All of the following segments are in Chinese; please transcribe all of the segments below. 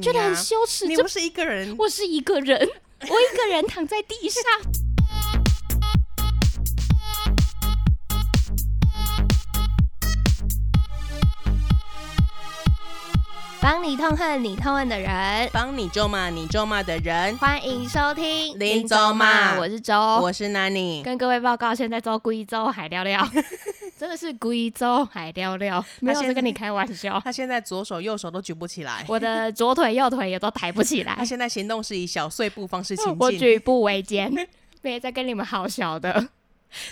觉得很羞耻，你这不是一个人，我是一个人， 我一个人躺在地上。帮你痛恨你痛恨的人，帮你咒骂你咒骂的人，欢迎收听林州骂我是周，我是 Nani。跟各位报告，现在周贵州海 聊聊，真的是贵州海聊聊，没有现在在跟你开玩笑。他现在左手右手都举不起来，我的左腿右腿也都抬不起来他，现在行动是以小碎步方式前嗯我进。举步维艰，没在跟你们好 小的，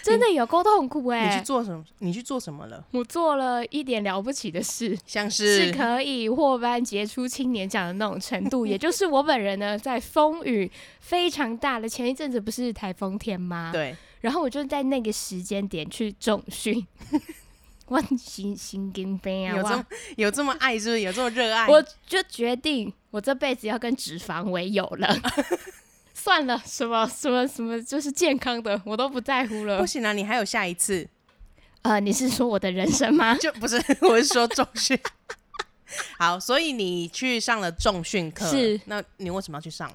真的有够痛苦哎、你去做什么？你去做什么了？我做了一点了不起的事，像是是可以获颁杰出青年奖的那种程度，也就是我本人呢，在风雨非常大的前一阵子，不是台风天吗？。对，然后我就在那个时间点去重训， 我心心跟背啊，有这哇么有这么爱是不是？有这么热爱？我就决定，我这辈子要跟脂肪为友了。 算了，什么什么什么，就是健康的，我都不在乎了不。行啊，你还有下一次，呃，你是说我的人生吗？就不是 我是说重训。好，所以你去上了重训课，是那你为什么要去上？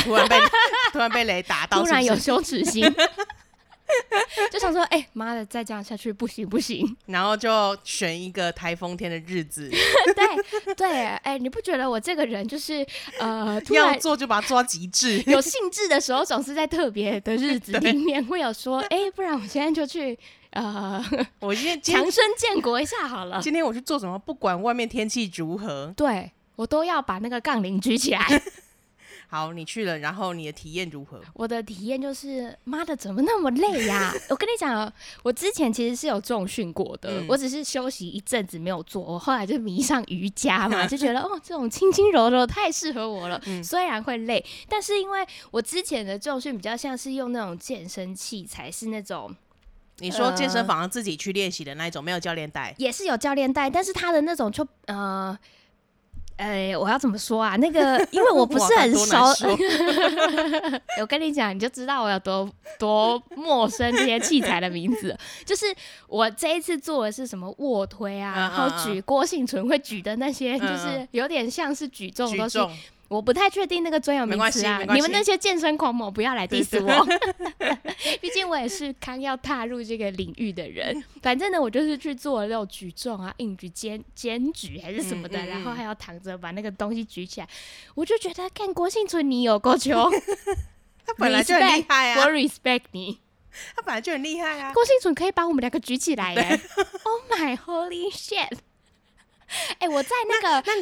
突然被 突然被雷打到，突然是有不是羞耻心， 就想说，哎、妈的，再这样下去不行不行。然后就选一个台风天的日子，对对，哎、你不觉得我这个人就是呃，突要然。做就把它做到极致有兴致的时候，总是在特别的日子里 面会有说，哎、不然我现在就去呃 我今天今强天身建国一下好了。今天我去做什么？不管外面天气如何，对我都要把那个杠铃举起来。 好，你去了，然后你的体验如何？我的体验就是，妈的，怎么那么累呀、 我跟你讲，哦我之前其实是有重训过的，嗯我只是休息一阵子没有做，我后来就迷上瑜伽 嘛，就觉得哦，这种轻轻柔柔太适合我了。嗯虽然会累，但是因为我之前的重训比较像是用那种健身器材，是那种你说呃健身房自己去练习的那一种，没有教练带，也是有教练带，但是他的那种就呃。呃，我要怎么说啊？那个，因为我不是很熟哇，多难 我跟你讲，你就知道我有多多陌生这些器材的名字 了。就是我这一次做的是什么卧推啊，嗯然嗯后举郭幸存会举的那些，嗯嗯就是有点像是举重的举东西。重我不太确定那个专有名词没啊关系没，关系你们那些健身狂魔不要来对 diss 我， 毕竟我也是刚要踏入这个领域的人。 反正呢，我就是去做了那种举重啊、硬举、肩肩举还是什么的，嗯嗯嗯然后还要躺着把那个东西举起来，我就觉得看郭幸存你有够 穷，他本来就很厉害我啊， respect 你。他本来就很厉害啊。 郭幸存可以把我们两个举起来耶！Oh my holy shit！哎、我在那个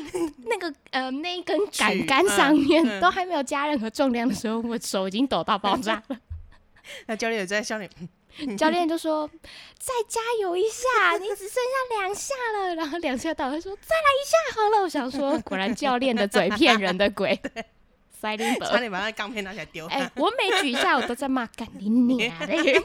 那个呃那一根杆杆上面、嗯嗯都还没有加任何重量的时候，我手已经抖到爆炸了。那教练有在笑你，教练就说：“再加油一下，你只剩下两下了。”然后两下到，他说：“再来一下好了。”我想说，果然教练的嘴骗人的鬼，塞林德差。点把那钢片拿起来丢。呃哎、我每举一下，我都在骂干你娘嘞。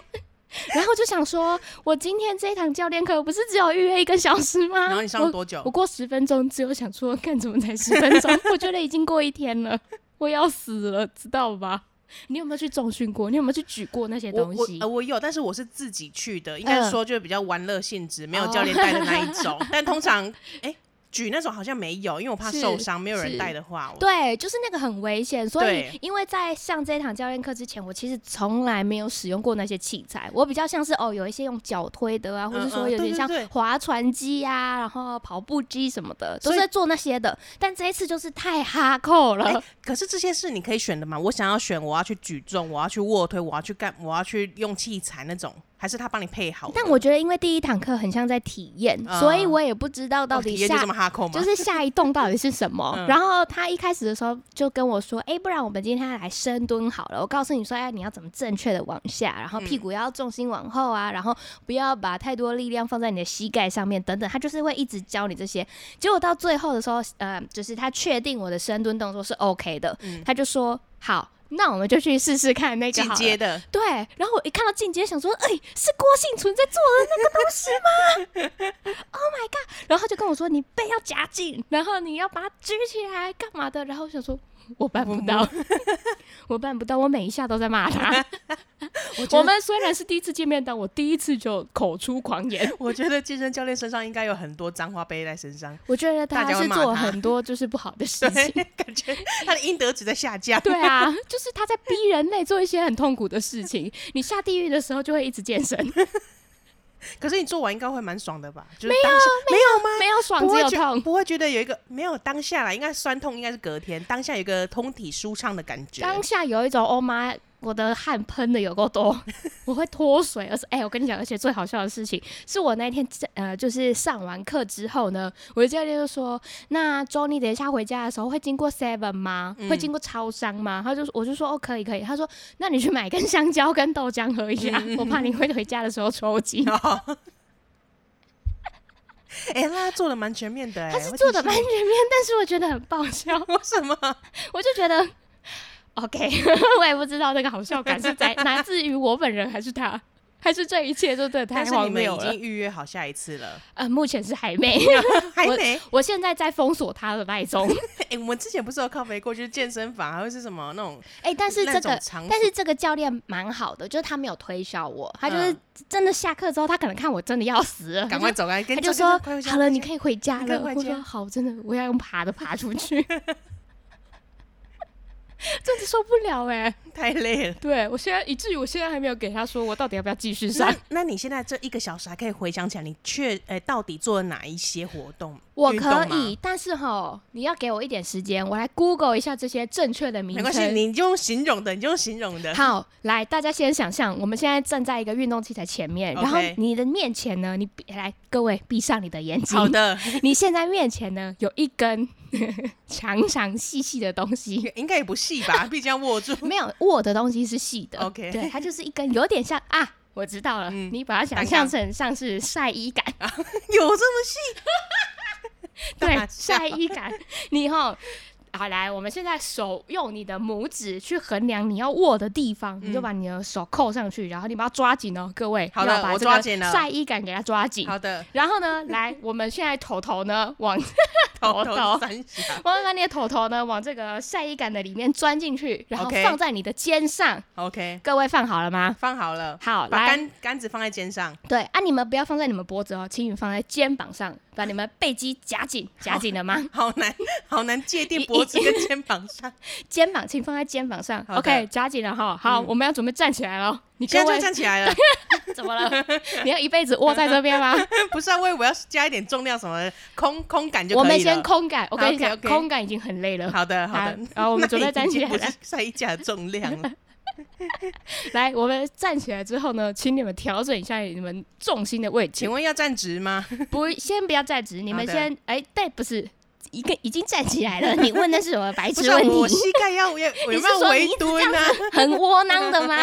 然后就想说，我今天这一堂教练课不是只有预约一个小时吗？然后你上了多久我？我过十分钟，只有想说，干怎么才十分钟？ 我觉得已经过一天了，我要死了，知道吧？你有没有去重训过？你有没有去举过那些我东我西？呃我有，但是我是自己去的，应该嗯说就是比较玩乐性质，没有哦教练带的那 一种。但通常，哎、举那种好像没有，因为我怕是受伤，没有人是带的话，我对，就是那个很危险，所以对因为在上这一堂教练课之前，我其实从来没有使用过那些器材。我比较像是哦，有一些用脚推的啊，或者嗯说嗯有对点对像对划船机啊，然后跑步机什么的，都所以是在做那些的。但这一次就是太哈扣了，哎可是这些是你可以选的嘛？我想要选，我要去举重，我要去卧推，我要去干，我要去用器材那种，还是他帮你配好的？但我觉得因为第一堂课很像在体验，嗯所以我也不知道到哦体底验下就这么哈扣吗？？就是下一栋到底是什么嗯然后他一开始的时候就跟我说：“哎、不然我们今天来深蹲好了。我告诉你说，哎，你要怎么正确的往下，然后嗯屁股要重心往后啊，然后不要把太多力量放在你的膝盖上面等等。”他就是会一直教你这些。结果到最后的时候，呃，就是他确定我的深蹲动作是 OK 的，嗯他就说：“好。”那我们就去试试看那个进好了阶的，对，然后我一看到进阶，想说，哎、是郭幸存在做的那个东西吗 ？Oh my god！然后他就跟我说，你背要夹紧，然后你要把它举起来，干嘛的？然后我想说，我办不 到，我办不到，我每一下都在骂他。 觉得我们虽然是第一次见面，但我第一次就口出狂 言。我觉得健身教练身上应该有很多脏话背在身上，我觉得他大家会是骂做了他很多就是不好的事对情，， 感觉他的应得值在下降。对啊，就是他在逼人类做一些很痛苦的事情。你下地狱的时候就会一直 健身，可是你做完应该会蛮爽的吧？就是当下没有吗？没有爽不只会有觉痛。不会觉得有一个没有当下啦，应该酸痛应该是隔天，当下有一个通体舒畅的感觉。当下有一种哦妈，我的汗喷的有够多， 我会脱水。而且，哎、我跟你讲，而且最好笑的事情是我那天呃，就是上完课之后呢，我的教练就说：“那周，你等一下回家的时候会经过 Seven 吗？嗯会经过超商吗？”他就我就说：“哦，可以，可以。”他说：“那你去买根香蕉跟豆浆喝一下，嗯我怕你会回家的时候抽筋。” 哎、那他做的蛮全面的、哎，他是我做的挺蛮喜全面，但是我觉得很爆笑，欢 为什么？我就觉得 OK，我 也不知道那个好笑感是 在来自于我本人还是他，还是这一切都对太但是你荒们谬已了经。预约好下一次 了，呃，目前是还没，还没？我现在在封锁他的那一 种。哎、我们之前不是有靠肥过，就是健身房，还会是什么那种？哎、但是那这种个场。但是这个教练蛮好的，就是他没有推销我，他就是嗯真的下课之后，他可能看我真的要死了，赶他快就走啊开，跟他就这个说快回：“家好了，快你回可以回家你可以了。”回我说家：“好，真的，我要用爬的爬出去。” 真的受不了哎、家太累 了。对我现在以至于我现在还没有给他说，我到底要不要继续上那？那你现在这一个小时还可以回想起来，你确呃到底做了哪一些活动？ 我运动可吗以，，但是吼，你要给我一点时间，我来 Google 一下这些正确的名没关系，称。你就用形容的，你就用形容的。好，来，大家先想象，我们现在站在一个运动器材前面，然后 OK 你的面前呢，你闭来，各位闭上你的眼睛。好，的，你现在面前呢有一根 长长细细的东西， 应该也不细吧，毕竟要握住。 没有握的东西是细的 OK 对，它就是一根有点像啊，我知道了，嗯你把它想刚象刚成像是晒衣杆，有这么细？对 大，笑晒衣杆，你吼。好，来，我们现在手用你的拇指去衡量你要握的地方，你就把你的手扣上去，然后你把它抓紧哦，各位。嗯好的要把我这抓个紧了晒衣杆给它抓紧。好的，然后呢，来，我们现在头头呢往 头头头三下。我们把你的头头呢往这个晒衣杆的里面钻进去，然后 OK 放在你的肩上。 OK，各位放好了吗？放好了，好，把来，杆杆子放在肩上。对啊，你们不要放在你们脖子哦，请你们放在肩膀上，把你们背肌夹紧，夹紧了吗？好难， 好难界定脖子跟肩膀上。肩膀，请放在肩膀上。好的 OK，夹紧了哈。好，嗯我们要准备站起来了。你 各现在位就站起来了， 怎么了？ 你要一辈子窝在这边吗？不是啊，我以为要加一点重量什么的，空空感就可以我了。们先空感，我跟你讲， OK，OK 空感已经很累了。好的，好的好。然后我们准备站起 来那已经不是晒衣架的重量 了。来，我们站起来之后呢，请你们调整一下你们重心的位置 请，问要站直吗？不，先不要站直，你们好的先哎，对，不是一个已经站起来 了，你问那是什么白不痴是啊，问我题？膝盖 要我要我有你没是有说围你一直蹲啊？很窝 囊的吗？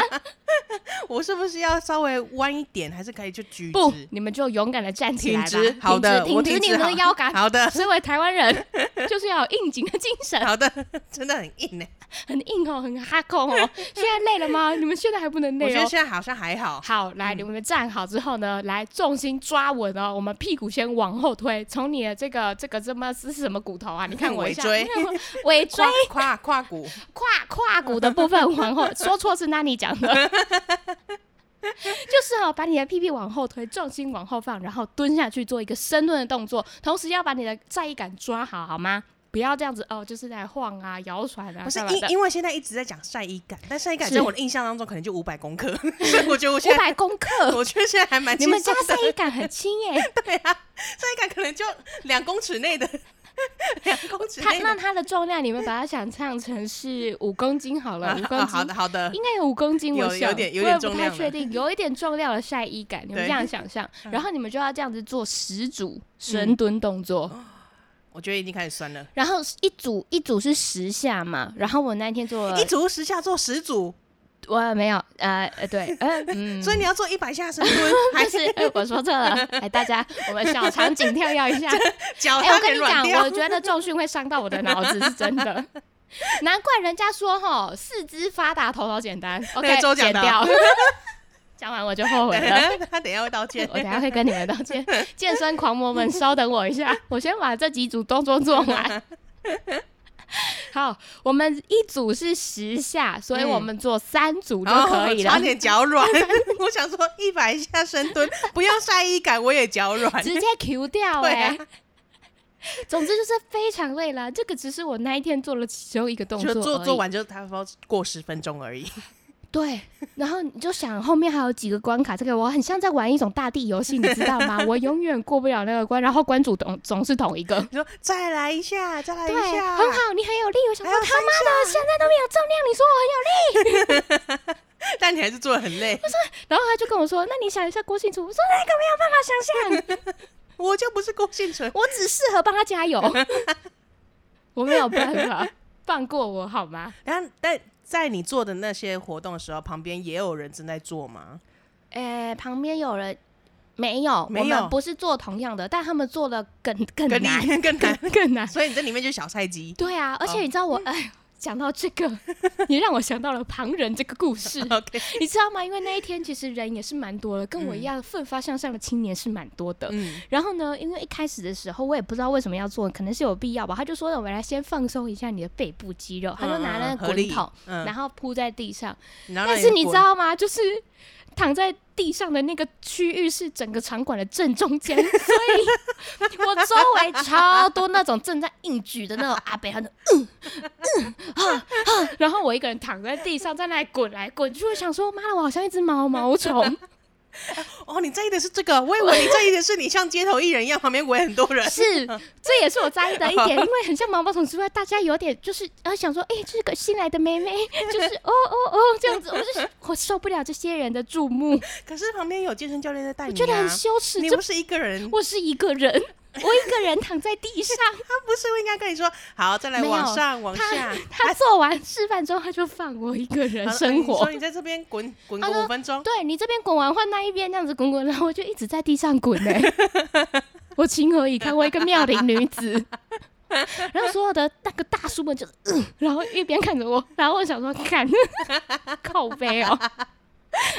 我是不是要稍微弯一点，还是可以就举不直，、你们就勇敢的站起挺来吧，直？好的，挺我直挺你们的好 腰杆。好的，身为台湾人，就是要有应景的精神。好的， 真的很硬呢。很硬哦，很哈扣哦。 现在累了吗？你们现在还不能我嗯累觉得哦。现在好像还好。好，来，你们站好之后呢，来重心抓稳哦，我们屁股先往后推，从你的这个这个这么是什么骨头啊？你看我一下，尾椎没有尾 椎胯胯胯骨，胯胯骨的部分 往后，说错是那你讲的，就是哦，把你的屁屁往后推，重心往后放，然后蹲下去做一个深蹲的动作，同时要把你的在意感抓好，好吗？不要这样子哦，就是在晃啊、摇甩啊，不是干嘛的因因为现在一直在讲晒衣杆，但晒衣杆是在我的印象当中可能就五百公克， 所以我觉得我现五 在百公克，我觉得现在还蛮 你轻们家松的晒。衣杆很轻耶、 对啊，晒衣杆可能就两公尺内的， 两公尺它内的。那它的重量，你们把它想象成是五公斤好 了，啊五啊公好斤的，好的，应该有五公斤，有我想有点有我也点不重太量了确定，有一点重量的晒衣感，你们对这样想象， 嗯然后你们就要这样子做十组深蹲动作，我觉得已经开始酸了。然后一组一组是十下嘛，然后我那天做了一，组十下做十组，我没有，呃呃对，呃嗯。 所以你要做一百下深蹲，还但是、呃我说错了，哎，大家我们小肠 颈跳跃一下。 脚哎、差我跟点你软讲，掉 我。觉得重训会伤到我的脑子，是真的。难怪人家说吼，四肢发达，头脑 简单。那 OK，个周讲剪的 掉。讲完我就后悔了。他等一下会道歉我。等一下会跟你们道歉，健身狂魔们稍等我 一下，我先把这几组动作做完。好，我们一组是十下，所以我们做三组就可以了。哦差点脚软。 我想说一百下深蹲，不要晒衣感，我也脚软。直接 Q 掉对哎、啊总之就是非常累啦，这个只是我那一天做了其中一个动作就做而已做完就差不多过十分钟而已。 对，然后你就想后面还有几个关卡，这个我很像在玩一种大地游戏，你知道吗？我永远过不了那个关，然后关主总总是同一个。你说再来一下，再来对，一下，啊很好，你很有力。我想还说有他三啊妈的，现在都没有重量，你说我很有力？ 但你还是做的很累。然后他就跟我说，那你想一下郭庆楚，我说那个没有办法想象，我就不是郭幸存，我只适合帮他加油， 我没有办法，放过我好吗？然后但在你做的那些活动的时候，旁边也有人正在做吗？呃，旁边有人没有，没我有们不是做同样的，但他们做的更更跟难，你跟男， 更难。所以你这里面就是小菜 鸡。对啊，而且哦你知 道我，哎、讲到这个， 也让我想到了旁人这个 故事， OK，你知道吗？因为那一天其实人也是蛮多的，跟我一样奋发向上的青年是蛮多的。嗯，然后呢，因为一开始的时候我也不知道为什么要做，可能是有必要吧。他就说我们来先放松一下你的背部肌肉，他就拿嗯那嗯嗯个合滚理筒，嗯然后铺在地上。然后让但是你知滚，道吗？就是躺在地上的那个区域是整个场馆的正中间，所以我周围超多那种正在硬举的那种阿伯，他就嗯嗯啊啊，然后我一个人躺在地上在那里滚来滚去，我想说妈的，我好像一只毛毛虫，哦，你在意的是这个，我以为你在意的是你像街头艺人一样，旁边围很多人。是，这也是我在意的一点，因为很像毛毛虫之外，大家有点就是呃想说，哎、这个新来的妹妹，就是哦哦哦这样子，我就是我受不了这些人的注目，可是旁边有健身教练在带我你、啊，觉得很羞耻，你这不是一个 人，我是一个人，我一个人躺在地上。他不是应该跟你说好，再来没有往上往下他。他做完示范之后，他就放我一个人好了生你活说。你在这边 滚滚他个说五分钟，对你这边滚完换那一边，这样子滚滚，然后 我就一直在地上滚呢、我情何以堪？我一个妙龄女子。然后所有的那个大叔们就，嗯、然后一边看着我，然后我想说，看， 靠背哦。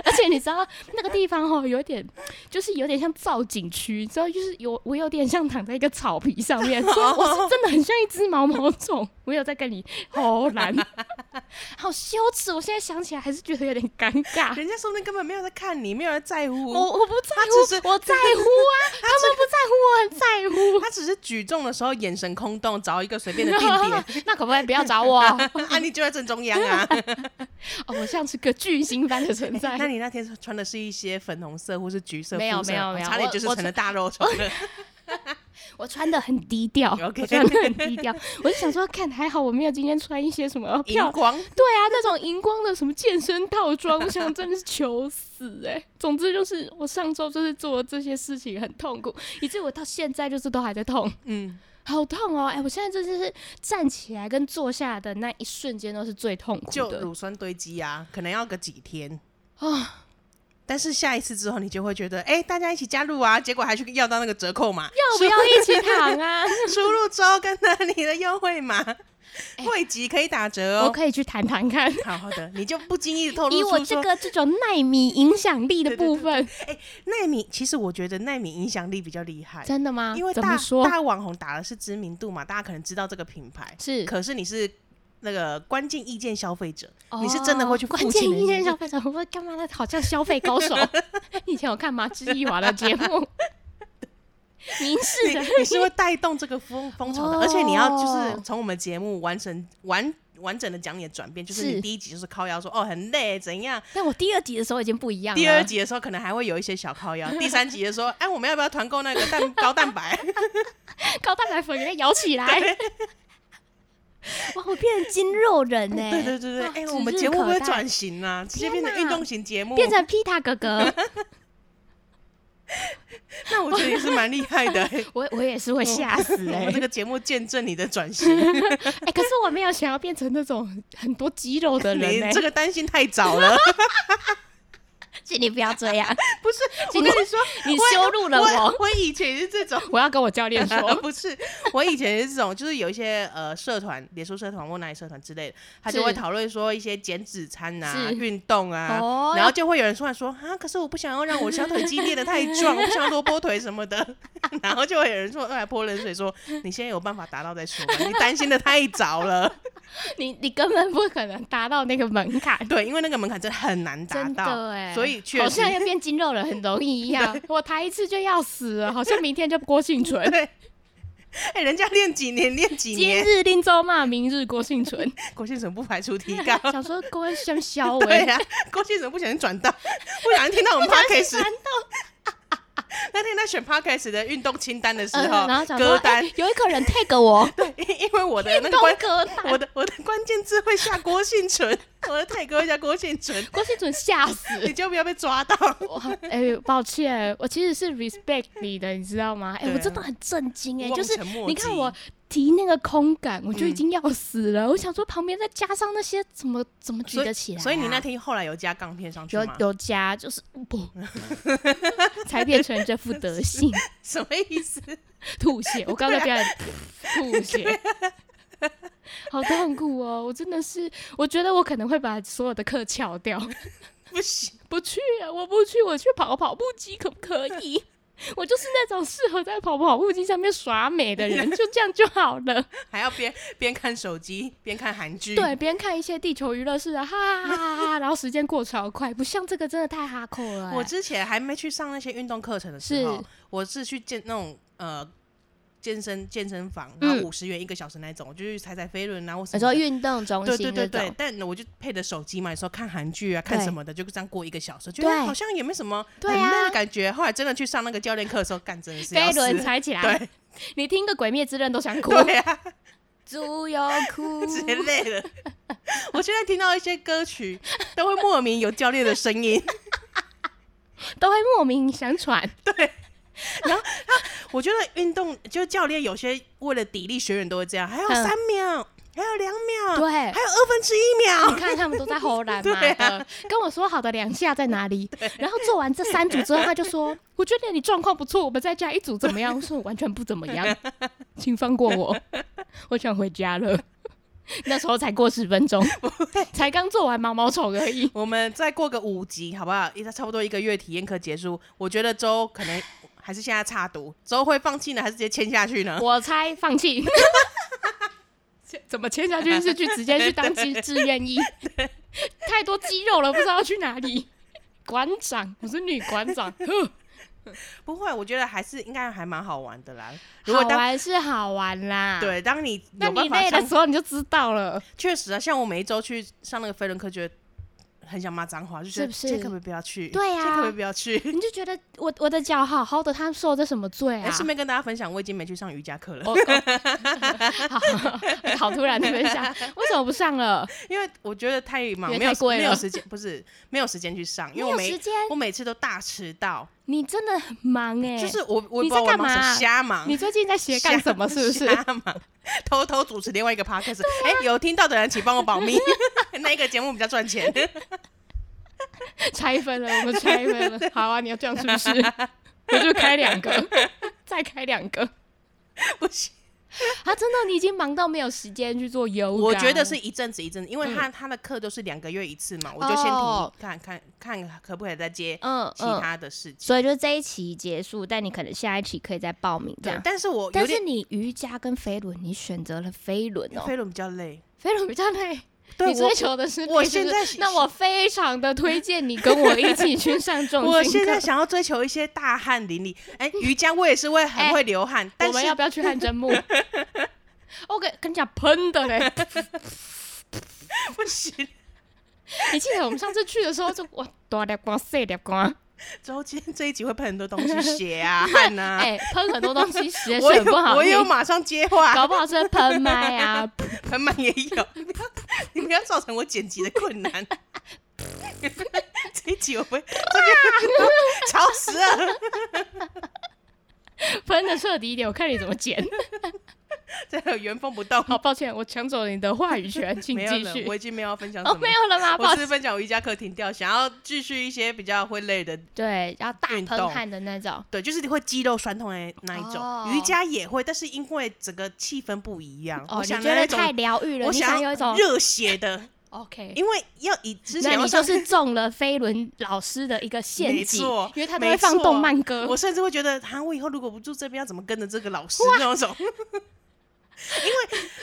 而且你知道那个地方哦，有点就是有点像造景区，知道就是有我有点像躺在一个草皮上面，所以我是真的很像一只毛毛虫。我有在跟你 吼然，好羞耻！我现在想起来还是觉得有点尴尬。人家说那根本没有在看你，没有人在乎。啊我我不在他乎，只是我在乎 啊，他们不在乎，我很在乎。他只是举重的时候眼神空洞，找一个随便的定 点那可不可以不要找 我？哦，啊，你就在正中央啊。我像是个巨星般的存 在那。你那天是穿的是一些粉红色或是橘色肤色？没有没有没有差点就是我我成了大肉虫 了。我穿的很低调 OK 我穿的很低调。我就想说，看还好我没有今天穿一些什么荧漂，光对啊，那种荧光的什么健身套装， 我想真的是求死哎、总之就是我上周就是做了这些事情很痛苦，以至于我到现在就是都还在痛。嗯，好痛哦！哎、我现在这就是站起来跟坐下的那一瞬间都是最痛苦的，就乳酸堆积啊，可能要个几天啊但是下一次之后，你就会觉得，哎、大家一起加入啊！结果还去要到那个折扣码，要不要一起 躺啊？输入周跟那里的优惠 码，哎汇集可以打折我哦。可以去谈谈看，好好的，你就不经意地透以露我出这说，个这种耐米影响力的部分，奈米其实我觉得奈米影响力比较厉害，真的吗？因为怎大么说大网红打的是知名度嘛，大家可能知道这个品牌，是可是你是那个关键意见消费者，你是真的会去哦关付键钱的意见人消费者，我干嘛呢？好像消费高 手。你以前有看吗？知易华的节目，凝视你着你是会带动这个风风潮的，而且你要就是哦从我们节目完成完完整的讲你的转变，就是你是第一集就是靠腰说哦很累怎样，但我第二集的时候已经不一样了。第二集的时候可能还会有一些小靠腰，第三集的时候哎我们要不要团购那个蛋高蛋白？哎高蛋白粉给它摇起来。 哇，我变成筋肉人 欸呢、对对对对，哇哎哦指我们日节目可会不会待转型啊？直接变成天哪运动型节目，变成皮塔 哥哥？那 我觉得也是蛮厉害的 欸。我我也是会吓死我哎、们这个节目见证你的转型， 哎、可是我没有想要变成那种很多肌肉的人 欸你呢、 这个担心太早了。请你不要这样， 不是，请我跟你你说，你羞辱了我我。我以前也是这 种。我要跟我 教不是，我以前也是这种，就是有一些呃社团，脸书社团或哪里社团之类的，他就是会讨论说一些减脂餐啊、是运动啊，哦然后就会有人突然说啊，可是我不想要让我小腿肌练得太 壮，我不想要萝卜腿什么的， 然后就会有人说来泼冷水说你现在有办法达到再说吧，你担心的太早了。你你根本不可能达到那个门槛，对，因为那个门槛真的很难达真到，的哎，所以确好实像要变筋肉人很容易一样，我抬一次就要死了，好像明天就郭幸存。对。 哎、人家练几年练几今年，日令周骂，明日郭幸 存。郭先生不排除提高。想说郭像 肖对啊伟，呀、郭先生不小心转到，不小心听到 我们 podcast，那天在选 podcast 的运动清单的时嗯候，然后想说歌哦单哎，有一个人 tag 我，对，因因为我的 那个东关，哥大我的我的关键字会下郭幸存，我的泰哥会下郭幸存，郭幸存吓死。你就不要被抓到。我哎、抱歉，我其实是 respect 你的，你知道吗？哎、对啊我真的很震惊哎、望就是尘 莫你看及我提那个空感，我就已经要死了。我想说旁边再加上那些，怎么怎么嗯举所以得起来、啊所以你那天后来有加杠片上去有吗？有加，就是哦不， 才变成这副德性， 什么意思？ 吐血。我刚才表演吐血。啊 好痛苦哦！我真的是，我觉得我可能会把所有的课翘掉。 不行，不去啊，我不去，我去跑跑步机可不可以？ 我就是那种适合在跑跑步机上面耍美的 人，就这样就好了。还要边边看手机边看韩剧。对，别人看一些地球娱乐室啊，哈哈哈哈哈，然后时间过超快，不像这个真的太哈扣了、我欸。之前还没去上那些运动课程的时候是，我是去健那种呃健身健身房，然后嗯五十元一个小时那种，我就去踩踩飞轮啊，或什你么说的。运动中对对心对那对种，，但我就配着手机嘛，有时候看韩剧啊，看对什么的，就这样过一个小时，觉得对好像也没什么很对累啊的感觉。后来真的去上那个教练课的时候，干真的是要飞死 轮踩起啊来， 对你听个《鬼灭之刃》都想哭，对啊，，猪油哭直接累了。 我现在听到一些歌曲，都会莫名有教练的声音，都会莫名想喘。我觉得运动就是教练有些为了砥砺学员都会这样，还有嗯三秒，还有两秒，对还，有二分之一 你秒，看他们都在吼懒 嘛对的，啊跟我说好的两下在哪 里？然后做完这三组之后，他就说：“我觉得你状况不错，我们再加一组怎么样？”我说：“我完全不怎么样，请放过我， 我想回家了。” 那时候才过十分 钟，才刚做完毛毛虫而已。我们再过个五集好不好？一差不多一个月体验课结束，我觉得周可能还是现在差赌，周会放弃呢，还是直接签下去 呢？我猜 放弃。怎么签下去是去直接去当志志 愿役？太多肌肉了，不知道去哪里。馆长，我是女馆长。呵不会，我觉得还是应该还蛮好玩的啦。 如好果当玩是好玩啦，，对，当你那有办你法累的上，时候你就知道了，确实啊，像我每一周去上那个飞轮课，觉得很想骂脏话，就觉是得不是这可不可以不要去？对啊这可不可以不要去？ 你就觉得我我的脚好好的，他受的什么罪哎，啊？顺便跟大家分享，我已经没去上瑜伽课了。 哦 哦好 好突然的分享，为什么不上了？因为我觉得太忙，因为没有太贵没了有时间，不 是没有时间去上，因为我没有时每间我每次都大迟到，你真的很忙哎、就是我我也不知你道在我干忙嘛什么瞎忙，你最近在斜杠什么？是不是？ 瞎 忙，偷偷主持另外一个 podcast，哎、啊有听到的人请帮我保密， 那一个节目比较赚 钱。拆分了，我们拆 分了。好啊，你要这样是不 是？我就开两个， 再开两个。 不行，啊，真的，你已经忙到没有时间去做油。我觉得是一阵子一阵子，因为他、他的课都是两个月一次嘛，我就先停、嗯哦看看看可不可以再接嗯其嗯，他的事情。所以就这一期结束，但你可能下一期可以再报名这对样，。但是我有啊但是点你瑜伽跟飞轮，你选择了飞轮哦，飞轮比较累，飞轮比较累。对你我追。求的是我累是不现在是那我非常的推荐你跟我一起去上重我心现在课。想要追求一些大汗淋漓，哎、 瑜伽我也是会很哎会流汗，但我们是要不要去汗蒸木？我跟跟你讲喷的嘞！不行。你记得我们上次去的时候就哇大粒光细粒光，周今天这一集会喷很多东西，血啊汗啊， 哎、喷很多东西，实在我是有很不好我有听。马上接话，搞不好是喷麦啊，盆满也有， 不要你不要造成我剪辑的困难。 这一集我不会，这个 吵死了。 喷的彻底一点，我看你怎么剪。这个原封不动。好抱歉，我抢走了你的话语权，请没有继了，续我。已经没有要分享什哦，么没，有了吗？抱我歉是分享我瑜伽课停掉，想要继续一些比较会累的，对，然后大运喷动汗的那种。对，就是会肌肉酸痛的那一种。哦瑜伽也会，但是因为整个气氛不一样，哦，我你想觉的那得种太疗愈了，我你想有要一种热血的， OK，因为要以之前那要你上就。是中了飞轮老师的一个陷没阱错，因为他都没会放错动漫歌我。甚至会觉得，哈，我以后如果不住这边，要怎么跟着这个老师那种？ 因为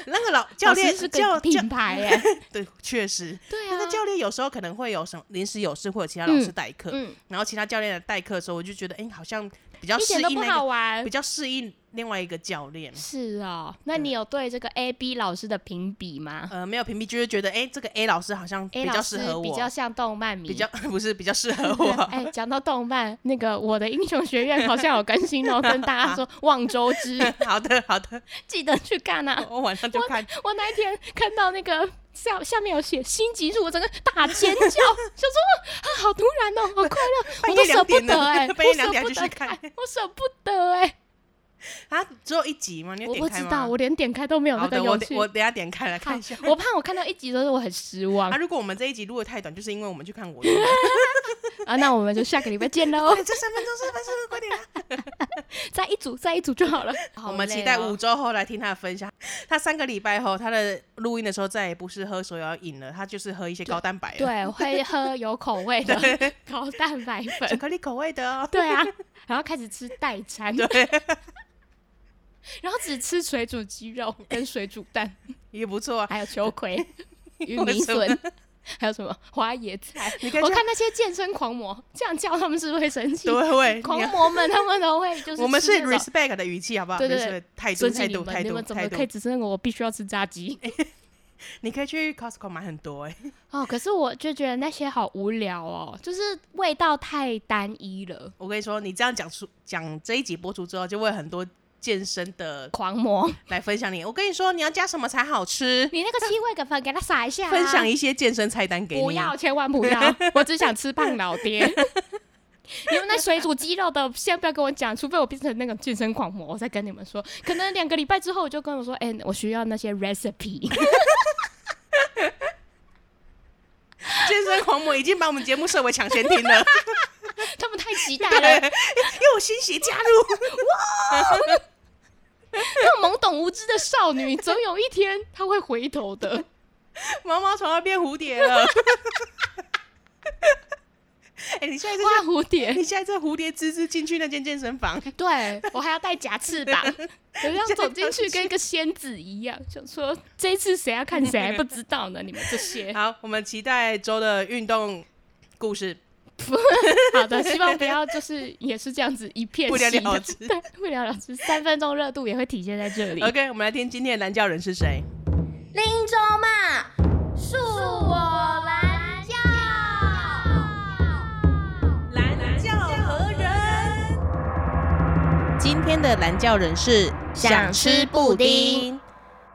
那个老教老师练是教个教 品牌耶，对，确实，对那啊个，教练有时候可能会有什么临时有事，或者其他老师代课，嗯，然后其他教练来代课的时候，我就觉得，哎、好像比较一适点都应不那好个，玩比。较适应另外一个教练。是哦，那你有对这个 A B 老师的评比吗呃，没有屏蔽，就是觉得，哎、这个 A 老师好像？A 比老较师适合我，比较像动漫迷，比较不是比较适 合我。哎，讲到动漫，那个《我的英雄学院》好像有更新 哦，跟大家说《望周知》好的，好的，记得去看啊！我晚上就看。我那一天看到那个下下面有写新集数，我整个大尖叫，想 说啊，好突然哦，好快乐，半夜我都舍两不点得了，哎、 半夜我两舍点还不继得哎续看。我舍不得哎、啊，只有一集吗？你有我点不开知吗道，我连点开都没有那好个的，我勇等气。我等一下点开来看一下。我怕我看到一集的时候我很失望啊，如果我们这一集录的太短，就是因为我们去看我的快 啊，那我们就下个礼拜见喽，点，这三分钟，三分钟，快点啊！再一组再一组就 好了。 好我们期累待哦五周后来听他的分享。 他三个礼拜后，他的录音的时候再也不是喝手摇饮了，他就是喝一些高蛋白的，对会喝有口味的 高蛋白巧粉，克力口味的哦。对啊，然后开始吃代 餐，对， 然后只吃水煮鸡肉跟水煮 蛋。也不错啊。还有秋葵、玉为米什么笋，还有什么花椰菜。你可以我这样看那些健身狂魔这样叫他们是不是会生气？对会，狂你要魔们他们都会就是我们是吃这种 respect 的语气，好不好？对对 respect 对态度，尊态敬你度，态们，你度，们怎么态可以度。哎只剩我必须要吃炸鸡？你可以去 Costco 买很多哎。哦，可是我就觉得那些好无聊哦，就是味道太单一了。 我跟你说，你这样讲出讲这一集播出之后，就会很多健身的狂魔， 来分享你。我跟你说，你要加什么才好吃？你那个气味给分给他撒一下啊、分享一些健身菜单给你。不要，千万不要！我只想吃胖老爹。 你们那水煮鸡肉的，先不要跟我讲，除非我变成那个健身狂魔，我再跟你们说。可能两个礼拜之后，我就跟我说，哎、我需要那些 recipe。 健身狂魔已经把我们节目设为抢先听 了，他们太期待对，了，又有新血加入。 那种懵懂无知的少女，总有一天她会回头的。毛毛虫要变蝴蝶了。 哎、你现在这花蝴蝶，你现在这蝴蝶吱吱进去那间健身房， 对我还要带假翅 膀，我要走进去跟一个仙子一样，想说这一次谁要看谁还不知道呢？你们这些。 好，我们期待周的运动故事，好的，希望不要就是也是这样子一片不了息的了之 对，不了了之，三分钟热度也会体现在 这里。哦 OK，我们来听今天的蓝教人是谁？林州嘛，恕我蓝教。蓝教何人？今天的蓝教人是想吃布丁。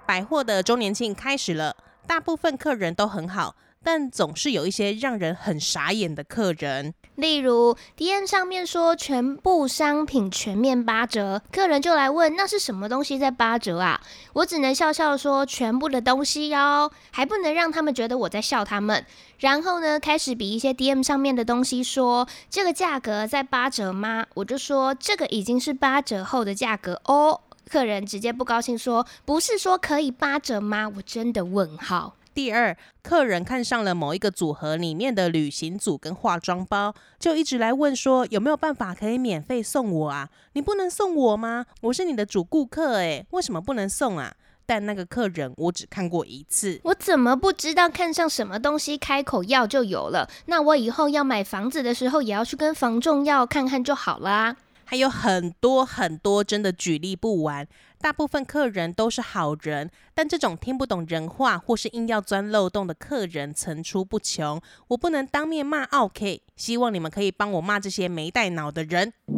百货的周年庆开始了，大部分客人都很好，但总是有一些让人很傻眼的客人。例如，迪恩上面说全部商品全面八折，客人就来问那是什么东西在八折啊？我只能笑笑说全部的东西哦，还不能让他们觉得我在笑他们。然后呢，开始比一些 DM 上面的东西说这个价格在八折吗？我就说这个已经是八折后的价格哦。客人直接不高兴说不是说可以八折吗？我真的问号。第二，客人看上了某一个组合里面的旅行组跟化妆包，就一直来问说有没有办法可以免费送我啊？你不能送我吗？我是你的主顾客诶、为什么不能送啊？但那个客人我只看过一次，我怎么不知道看上什么东西开口要就有了？那我以后要买房子的时候，也要去跟房仲要看看就好啦。还有很多很多，真的举例不完。大部分客人都是好人，但这种听不懂人话或是硬要钻漏洞的客人层出不穷。我不能当面骂 OK，希望你们可以帮我骂这些没带脑的人。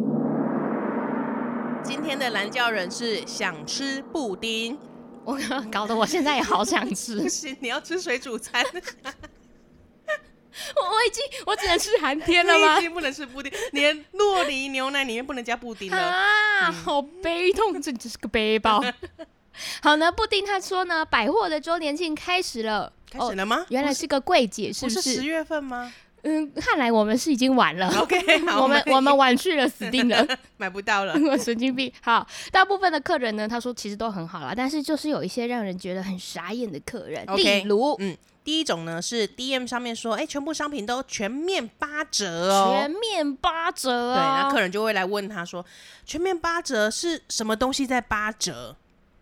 今天的蓝教人是想吃布丁，我搞得我现在也好想吃，我是你要吃水煮 餐，我已经 我只能吃寒天了 你已吗？经不能吃布丁，连 哦洛梨牛奶里面不能加布丁了。 啊，好悲痛，这只是个背包。好呢，布丁他说呢，百货的周年庆开始了。哦开始了吗？原来是个柜姐，是不是十是？月份吗 嗯，看来我们是已经晚了。 ？OK，好，我们我们晚去了，死定了！买不到了。我哎神经病。好，大部分的客人呢，他说其实都很好啦，但是就是有一些让人觉得很傻眼的客人 OK 例如第一种呢是 DM 上面说，哎、全部商品都全面八折全哦。面八折对，哦、那客人就会来问他说，全面八折是什么东西在八折？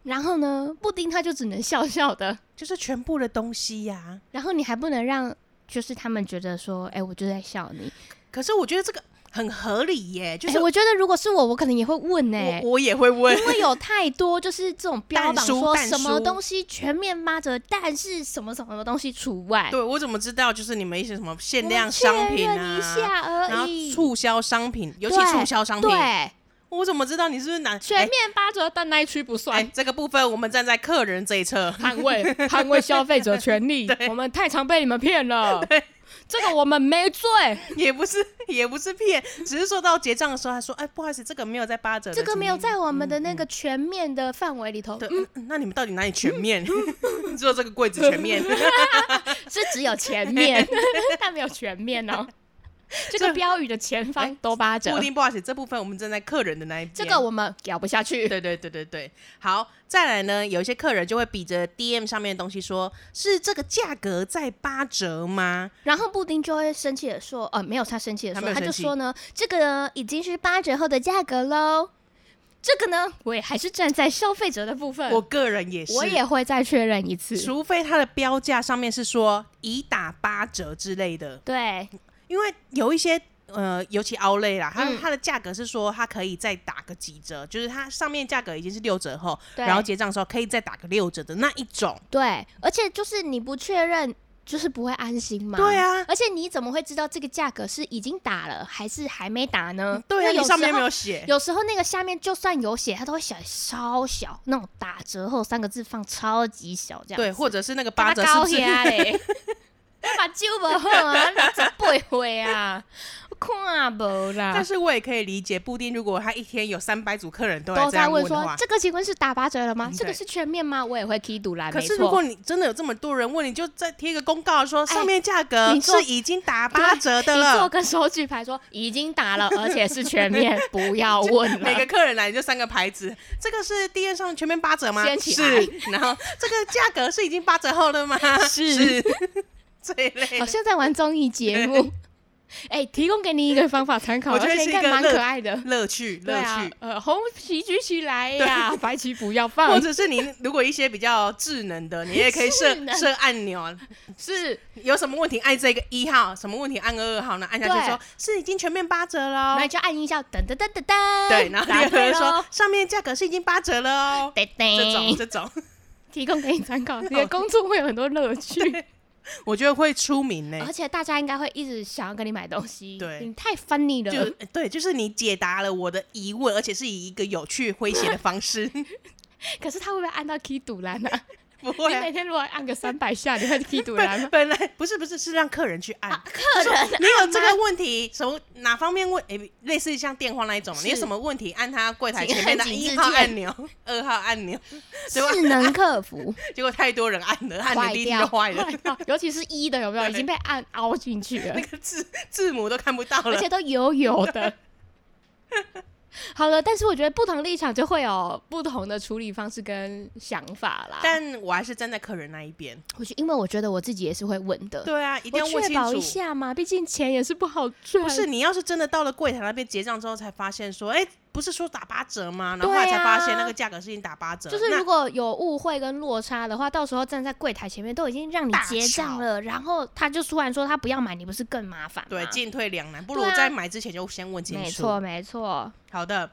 然后呢，布丁他就只能笑笑的，就是全部的东西呀、然后你还不能让。就是他们觉得说，哎、我就在笑你。可是我觉得这个很合理耶，就是哎我、我觉得如果是我，我可能也会问呢、我也会问，因为有太多就是这种标淡榜书说淡什么书东西全面八折，但是什么什么东西除外，对我怎么知道就是你们一些什么限我量确商品认一啊？下而然后已。促销商品，尤其对促销商品，对，我怎么知道你是不是哪全面八折，但那一区不哎、哎算。这个部分我们站在客人这一侧，捍卫 捍卫消费者权 利，我们太常被你们骗了。这个我们没 罪，也不是也不是骗，只是说到结账的时候，他说：“哎，不好意思，这个没有在八折的，这个没有怎么在我们的那个全面的范围里头，样。”对，嗯那你们到底哪里全面？ 只有这个柜子全 面，是只有前面， 但没有全面 哦。这个标语的前哎方都八折固，定不好意思，这部分我们站在客人的那一边。这个我们咬不下去。对对对对对，好，再来呢，有一些客人就会比着 DM 上面的东西说：“是这个价格在八折吗然后布丁就会生气的说：“呃，没有，他生气的他说，没有他就生气说呢，这个已经是八折后的价格喽。这个呢，我也还是站在消费者的部？”分，我个人也是，我也会再确认一次。除非它的标价上面是说已打八折之类的，对，因为有一些呃，尤其奥类啦，它、嗯它的价格是说它可以再打个几折，就是它上面价格已经是六折后，对然后结账的时候可以再打个六折的那一种。对，而且就是你不确认，就是不会安心嘛。对。啊，而且你怎么会知道这个价格是已经打了还是还没打呢？对因啊，为你有上面时没候有写，有时候那个下面就算有写，它都会写超小，那种打折后三个字放超级小这样。对，或者是那个八把折是不是？高啊嘞？我把酒无好啊，六十八岁啊，我看无 啦但。是我也可以理解，布丁如果他一天有三百组客人都来都这在样问的说话，这个请问是打八折了吗嗯？这个对是全面吗？我也会 key 读啦，可没是如果错。你真的有这么多人问，你就再贴一个公告说哎上面价格你做是已经打八折的你做了。个手举牌说已经 打了，而且是全面，不要问每 个了。客人来就三个牌子，这个是第二上全面八折吗？掀起来是，然后这个价格是已经八折后了吗？是是这一类好的。哦像在玩综艺节目。哎，提供给你一个方法参考，我觉而得且是应一个该蛮乐可爱的。乐趣，对乐啊趣，，呃，红旗举起来哎呀，白旗不要或放，者是你如果一些比较智能的，你也可以设智能设按钮啊，是有什么问题按这个一号，什么问题按二号呢？按下去对说是已经全面八折喽那。就按音效，噔噔噔噔噔。 对，然后第答二个对人喽说，上面价格是已经八折了 哦。对对，这种这种，提供给你参考，你的工作会有很多乐趣，我觉得会出名呢、而且大家应该会一直想要跟你买东西。哎对你太 funny 就 呃了。对，就是你解答了我的疑问，而且是以一个有趣诙 谐的方式， 可是他会不会按到 key 堵栏啊？不你 会啊、每天如果按个三百下，你会 key 堵栏本吗？ 本来不是不是是让客人去啊按，客人你有这个问题，什么哪方面问？诶、类似像电话那一种，你有是什么问题按他柜台请前面的按请一自号荐按钮、二号按 钮，对吧？智能 客服结果太多人按了，按坏你第一掉，就坏了， 掉，哦尤其是一的有没有对已经被按凹进去了 那，个字字母都看不到而了且。都油油 的。好了，但是我觉得不同立场就会有不同的处理方式跟想法啦。但我还是站在客人那一边。我觉得，因为我觉得我自己也是会问的，对啊，一定呃我要问确清保楚一。下嘛，毕竟钱也是不好赚。不是你要是真的到了柜台那边结账之后，才发现说，哎、不是说打八折吗？然后后来对才啊发现那个价格是已经打八折，就是啊那如果有误会跟落差的话，到时候站在柜台前面都已经让你大结账吵了，然后他就突然说他不要买，你不是更麻烦吗？对进退两难，不如嗯对啊在买之前就先问清没楚错。没错，好的，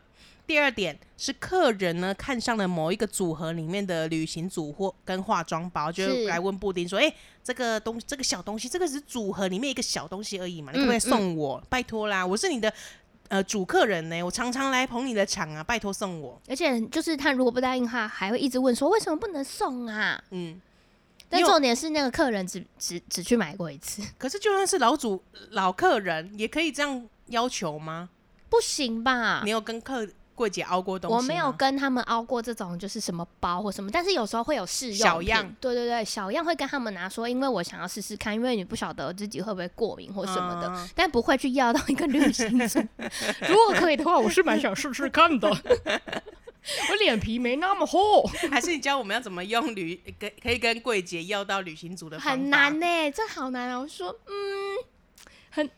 第二点是客人呢看上了某一个组合里面的旅行组或跟化妆包，就是来问布丁说，哎、这个东这个小东西，这个只是组合里面一个小东西而已嘛，你可不可以嗯送我？拜托啦，我是你的。呃，主客人呢？我常常来捧你的场啊，拜托送我。而且就是他如果不答应他，还会一直问说为什么不能送啊？嗯，但因为重点是那个客人只只只去买过一次，可是就算是老主老客人，也可以这样要求吗？ 不行吧你？有跟客柜姐凹过东西吗？啊我没有跟他们凹过这种就是什么包或什么，但是有时候会有试用小品样，对对对，小样会跟他们拿说，因为我想要试试看，因为你不晓得自己会不会过敏或什么的，嗯 但不会去要到一个旅行组。 如果可以的话，我是蛮想试试看 的。我脸皮没那么厚，还是你教我们要怎么用旅，跟可以跟柜姐要到旅行组的方法很难呢、 这好难啊！我说，嗯，很，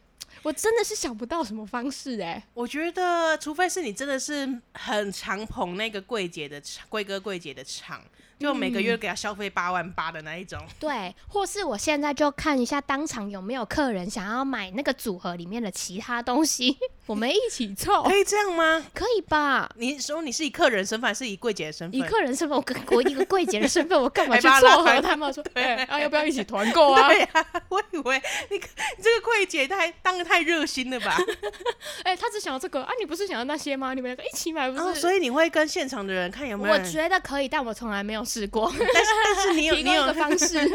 我真的是想不到什么方式哎、我觉得，除非是你真的是很常捧那个柜姐的场，贵哥柜姐的场，嗯就每个月给他消费八万八的那一种。对，或是我现在就看一下当场有没有客人想要买那个组合里面的其他东西，我们一起凑， 可以这样吗？可以吧？你说你是以客人身份，还是以柜姐的身份？以客人身份，我跟我一个柜姐的身份，我干嘛还去把他拉撮合团他们？说，哎、啊，要不要一起团购啊？对呀、我以为你你这个柜姐太当的太热心了吧？哎、他只想要这个啊，你不是想要那些吗？你们两个一起买不是？哦，所以你会跟现场的人看有没有我人？觉得可以，但我从来没有试过。但是但 是你 有提你供一个有方 式。因为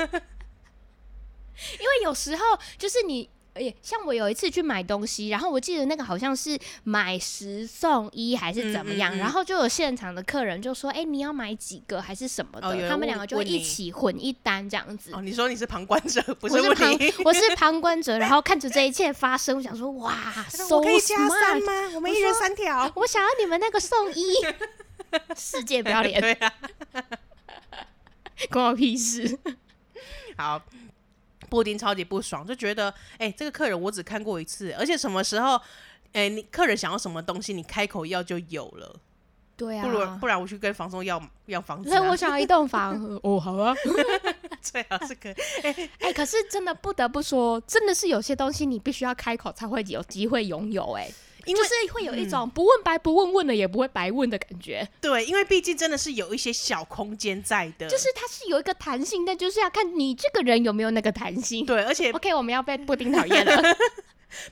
有时候就是你，诶、像我有一次去买东西，然后我记得那个好像是买十送一还是怎么嗯样，嗯嗯然后就有现场的客人就说：“哎、你要买几个还是什么的？”哦有人他们两个就会问你一起混一单这样子。哦，你说你是旁观者，不我是问旁你。 我是旁观者，然后看着这一切发生，我想说哇，so 我可以加三 smart！吗？我们我一人说三条。我想要你们那个送一， 世界不要脸，对啊，关我屁事。好，布丁超级不爽，就觉得哎、这个客人我只看过一次，而且什么时候？哎、你客人想要什么东西，你开口要就有了，对不然啊不，然我去跟房东要要房子、所以啊，我想要一栋房， 哦，好 啊。最好是 可以。哎、可是真的不得不说，真的是有些东西你必须要开口才会有机会拥有、哎，因为嗯就是会有一种不问白不问，问了也不会白问的感觉。对，因为毕竟真的是有一些小空间在的，就是它是有一个弹性，但就是要看你这个人有没有那个弹性。对，而且 OK，我们要被布丁讨厌了，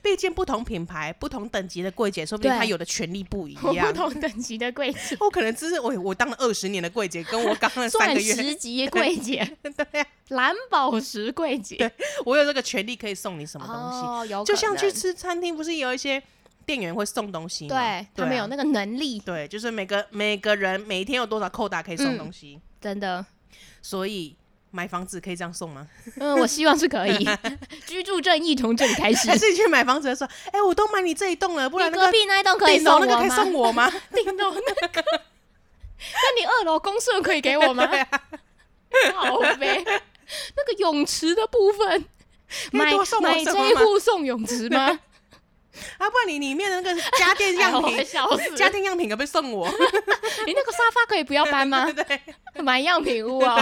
毕竟不同品牌、不同等级的柜姐，说不定对她有的权利不 一 我不样。同等级的柜姐，我可能只是我我当了二十年的柜姐，跟我刚了重三个月，十级柜姐， 对啊，蓝宝石柜姐，我有这个权利可以送你什么东西。哦，有就可像能去吃餐厅，不是有一些店员会送东西吗？对他啊们有那个能力，对，就是每个每个人每天有多少扣打可以送嗯东西，真的，所以买房子可以这样送 吗？嗯，我希望是 可以，居住正义从这里开始还。是你去买房子的时候，哎、我都买你这一栋了，不然你那隔个壁那一栋可以顶送楼我那个可以吗？送我吗？ 顶楼那个。 那你二楼公社可以给我吗？啊 好呗，那个泳池的部分，可以买多送我买什这么一吗户送泳池吗？啊，不然你里面的那个 家电 哎样我会品，笑死！家电样品可不可以送我？ 你那个沙发可以不要搬吗？对对，买样品屋哦。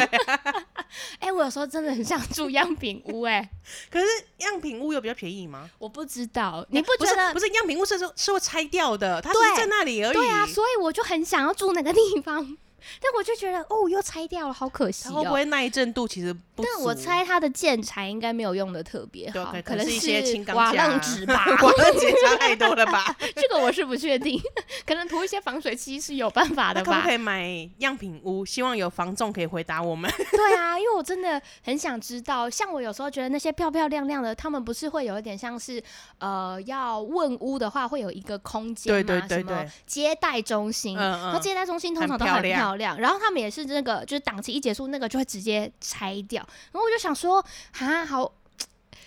哎，我有时候真的很想住样品屋，哎，可是样品屋有比较便宜吗？我不知道，你不哎不觉是得不？是样品屋是是会拆掉的，它只对是在那里而已。对啊，所以我就很想要住那个地方，但我就觉得哦，又拆掉了，好可惜它哦。会不会耐震度其实不足？但我猜它的建材应该没有用的特别对好，可能能是一些轻钢瓦架。楞纸吧 啊 我的检查太多了吧？这个我是不确定，可能涂一些防水漆是有办法那的可不吧可？以买样品屋？希望有房仲可以回答我们。 对啊，因为我真的很想知道，像我有时候觉得那些漂漂亮亮的，他们不是会有一点像是呃，要问屋的话会有一个空间对嘛，对对什么对接待中心。然嗯后嗯，接待中心通很常都漂很亮漂亮，然后他们也是那个，就是档期一结束，那个就会直接拆掉。然后我就想说，哈，好，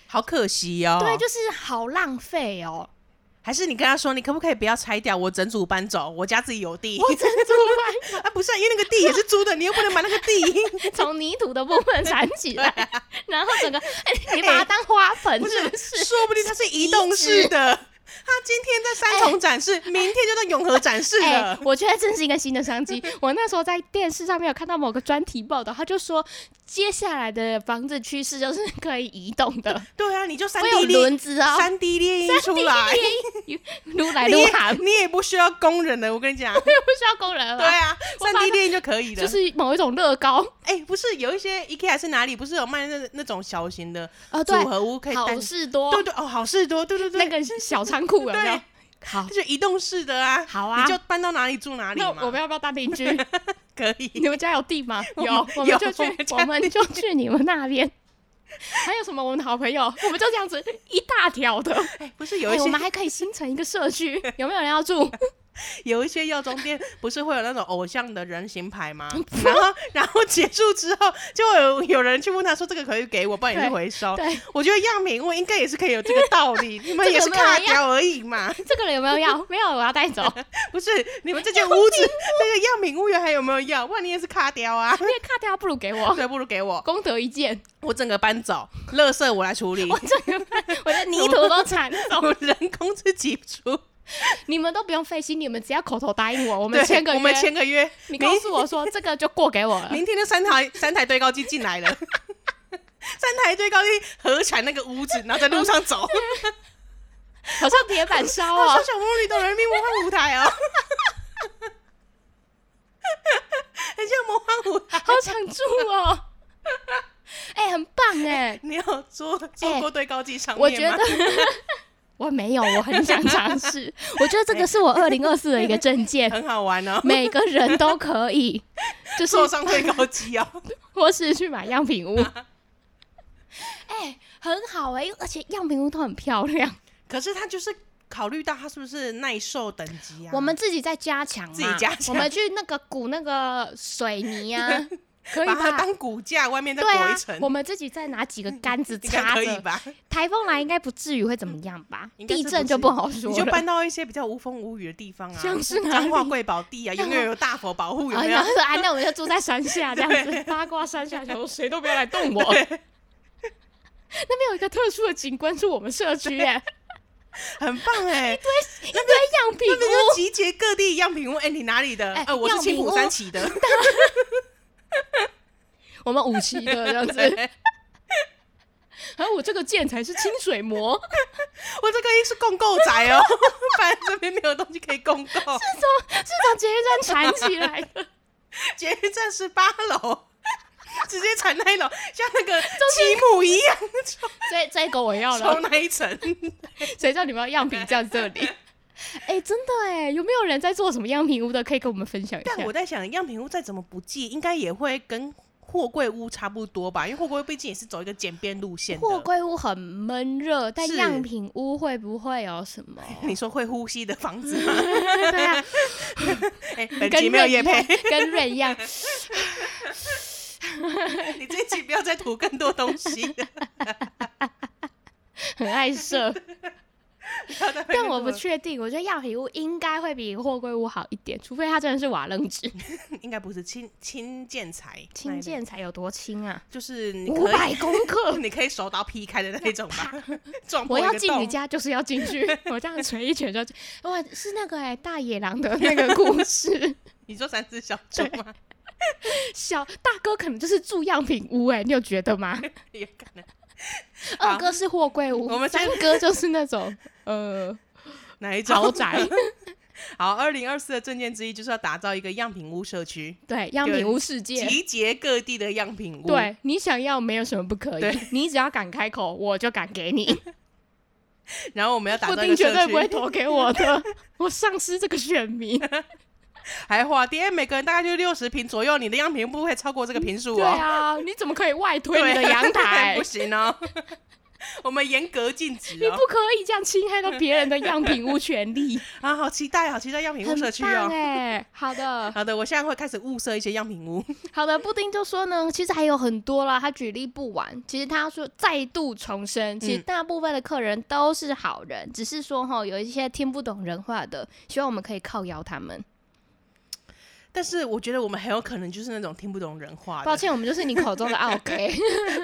好可惜哦。对，就是好浪费哦。还是你跟他说，你可不可以不要拆掉，我整组搬走，我家自己有地。我真 的怎啊，不是啊、因为那个地也是租的，你又不能把那个 地，么办？从泥土的部 分啊铲起来，然后整个、哎你把它当花盆，不是是不是？说不定它是移动式的。 他今天在三重展示，明天就在永和展示哎、了。我觉得这是一个新的商机。我那时候在电视上面有看到某个专题报道，他就说接下来的房子趋势就是可以移动的，对啊，你就三会有 D 轮列子哦，三 D 列印出来，撸 来你撸也喊，你也不需要工人的，我跟你 讲，不需要工人了对吧，啊，我把三它 D 列印就可以了。就是某一种乐高哎、不是有一些 IKEA 还是哪里，不是有卖那那种小型的哦，组对，合屋可以好单，事多对对哦，好事多，对对对，那个小仓库有没有对？好它，就移动式的啊，好啊你就搬到哪里住哪里那嘛，我们要不要当邻 居？可以。你们家有地吗？我有们， 我有们就去我们，家我们就去你们那边。 还有什么？我们的好朋友，我们就这样子一大条的。 哎、不是有哎一些、 我们还可以新成一个社区，有没有人要住？有一些药妆店不是会有那种偶像的人形牌吗？嗯然后然后结束之后，就会有有人去问他说这个可以给我，不然你去对回收。对，我觉得样品我应该也是可以有这个道 理，你们这个也是没有人卡要掉而已嘛，这个人有没有 要？没有，我要带走。 不是？你们这间屋子这个样品屋园还有没有要？不然你也是卡掉 啊，因为卡掉不如给 我，对，不如给我，功德一件。我整个搬走，垃圾我来处理 我， 这个我的泥土都铲走，我人工自己出。 你们都不用费心，你们只要口头答应我，我们对签个我们约。签个约，你告诉我说这个就过给我 了。明天就三台三台堆高机进来了， 三台堆高机合起来那个屋子，然后在路上 走。好像铁板 烧 我哦说，小魔女哆来咪魔幻舞台哦， 很像魔幻舞台。好想住 哦。哎、很棒哎、你有做做过堆高机上我觉面吗？得 我没有，我很想尝试。我觉得这个是我二零二四的一个证 件，很好玩哦，每个人都可 以，就是坐上堆高机哦。或是去买样品屋。哎、很好哎、而且样品屋都很漂啊亮。 可是他就是考虑到他是不是耐受等级啊？我们自己在加强嘛，自己加强我们去那个鼓那个水泥 啊，可以把它吧？当骨架，外面再对裹啊一层，，我们自己再拿几个杆 子应该插可以着，吧？台风来应该不至于会怎么样吧？应该是地不震就至于不好说你了。就搬到一些比较无风无雨的地方啊，像是哪彰化里贵宝地啊，像永远有大佛保 护，有啊，没有然？后说啊，那我们就住在山下这样子，八卦山下，想说谁都不要来动我。那边有一个特殊的景观是我们社区耶，很棒哎，一堆样品哦那边就屋，集结各地样品屋。哎，你哪里的？哎呃，我是样青品浦屋山旗 的，我们五期的这样 子。然后我这个剑才是清水 模， 我这个是共购宅哦， 不然这边没有东西可以共购。是从捷运站缠起来的， 捷运站十八楼，直接产那一楼，像那个积木一样这这个我要抽了，那一 层。谁叫你们要样品在这里？ 哎、真的哎，有没有人在做什么样品屋的？可以跟我们分享一下但。我在想，样品屋再怎么不济，应该也会跟货柜屋差不多吧？因为货柜屋毕竟也是走一个简便路线货的。柜屋很闷热，但是样品屋会不会有什么？ 你说会呼吸的房子吗？对啊， 哎、本跟集没有叶润一样配，，跟润一样，你这一集不要再涂更多东 西了。很 爱射。不要再但我不去，确定，我觉得样品屋应该会比货柜屋好一点，除非它真的是瓦 楞纸，应该不是轻轻建材，轻建材有多轻 啊？就是你五可百以，公 克。你可以手刀劈开的那种 吧？撞破我一要个进你洞。家就是要进去， 我这样捶一拳就进。哇，是那个哎、大野狼的那个故事， 你说三只小猪吗？ 小大哥可能就是住样品屋哎、你有觉得吗？有可能。二哥是货柜屋， 我们三哥就是那种呃哪一种豪宅， 好，二零二四的证件之一就是要打造一个样品屋社区，对样品屋世界。集结各地的样品屋。，对你想要没有什么不可以对，你只要敢开口，我就敢给你。然后我们 要打布造一个丁绝对社不会区，投给我的， 我丧失这个选民。还花店，每个人大概就是六十平左右，你的样品屋不会超过这个平数对哦。啊，你怎么可以外推你的对阳 台不？行哦，我们严格禁止你哦不。可以这样侵害到别人的样品屋权利，啊，好期待，好期待样品屋很社区棒哦。哎、 好的，好的，我现在会开始物色一些样品屋。 好的。布丁就说呢，其实还有很多啦，他举例不完。其实他说再度重申，其实嗯大部分的客人都是好人，只是说哈有一些听不懂人话的，希望我们可以靠邀他们。但是我觉得我们很有可能就是那种听不懂人话抱的，歉，我们就是你口中 的 OK。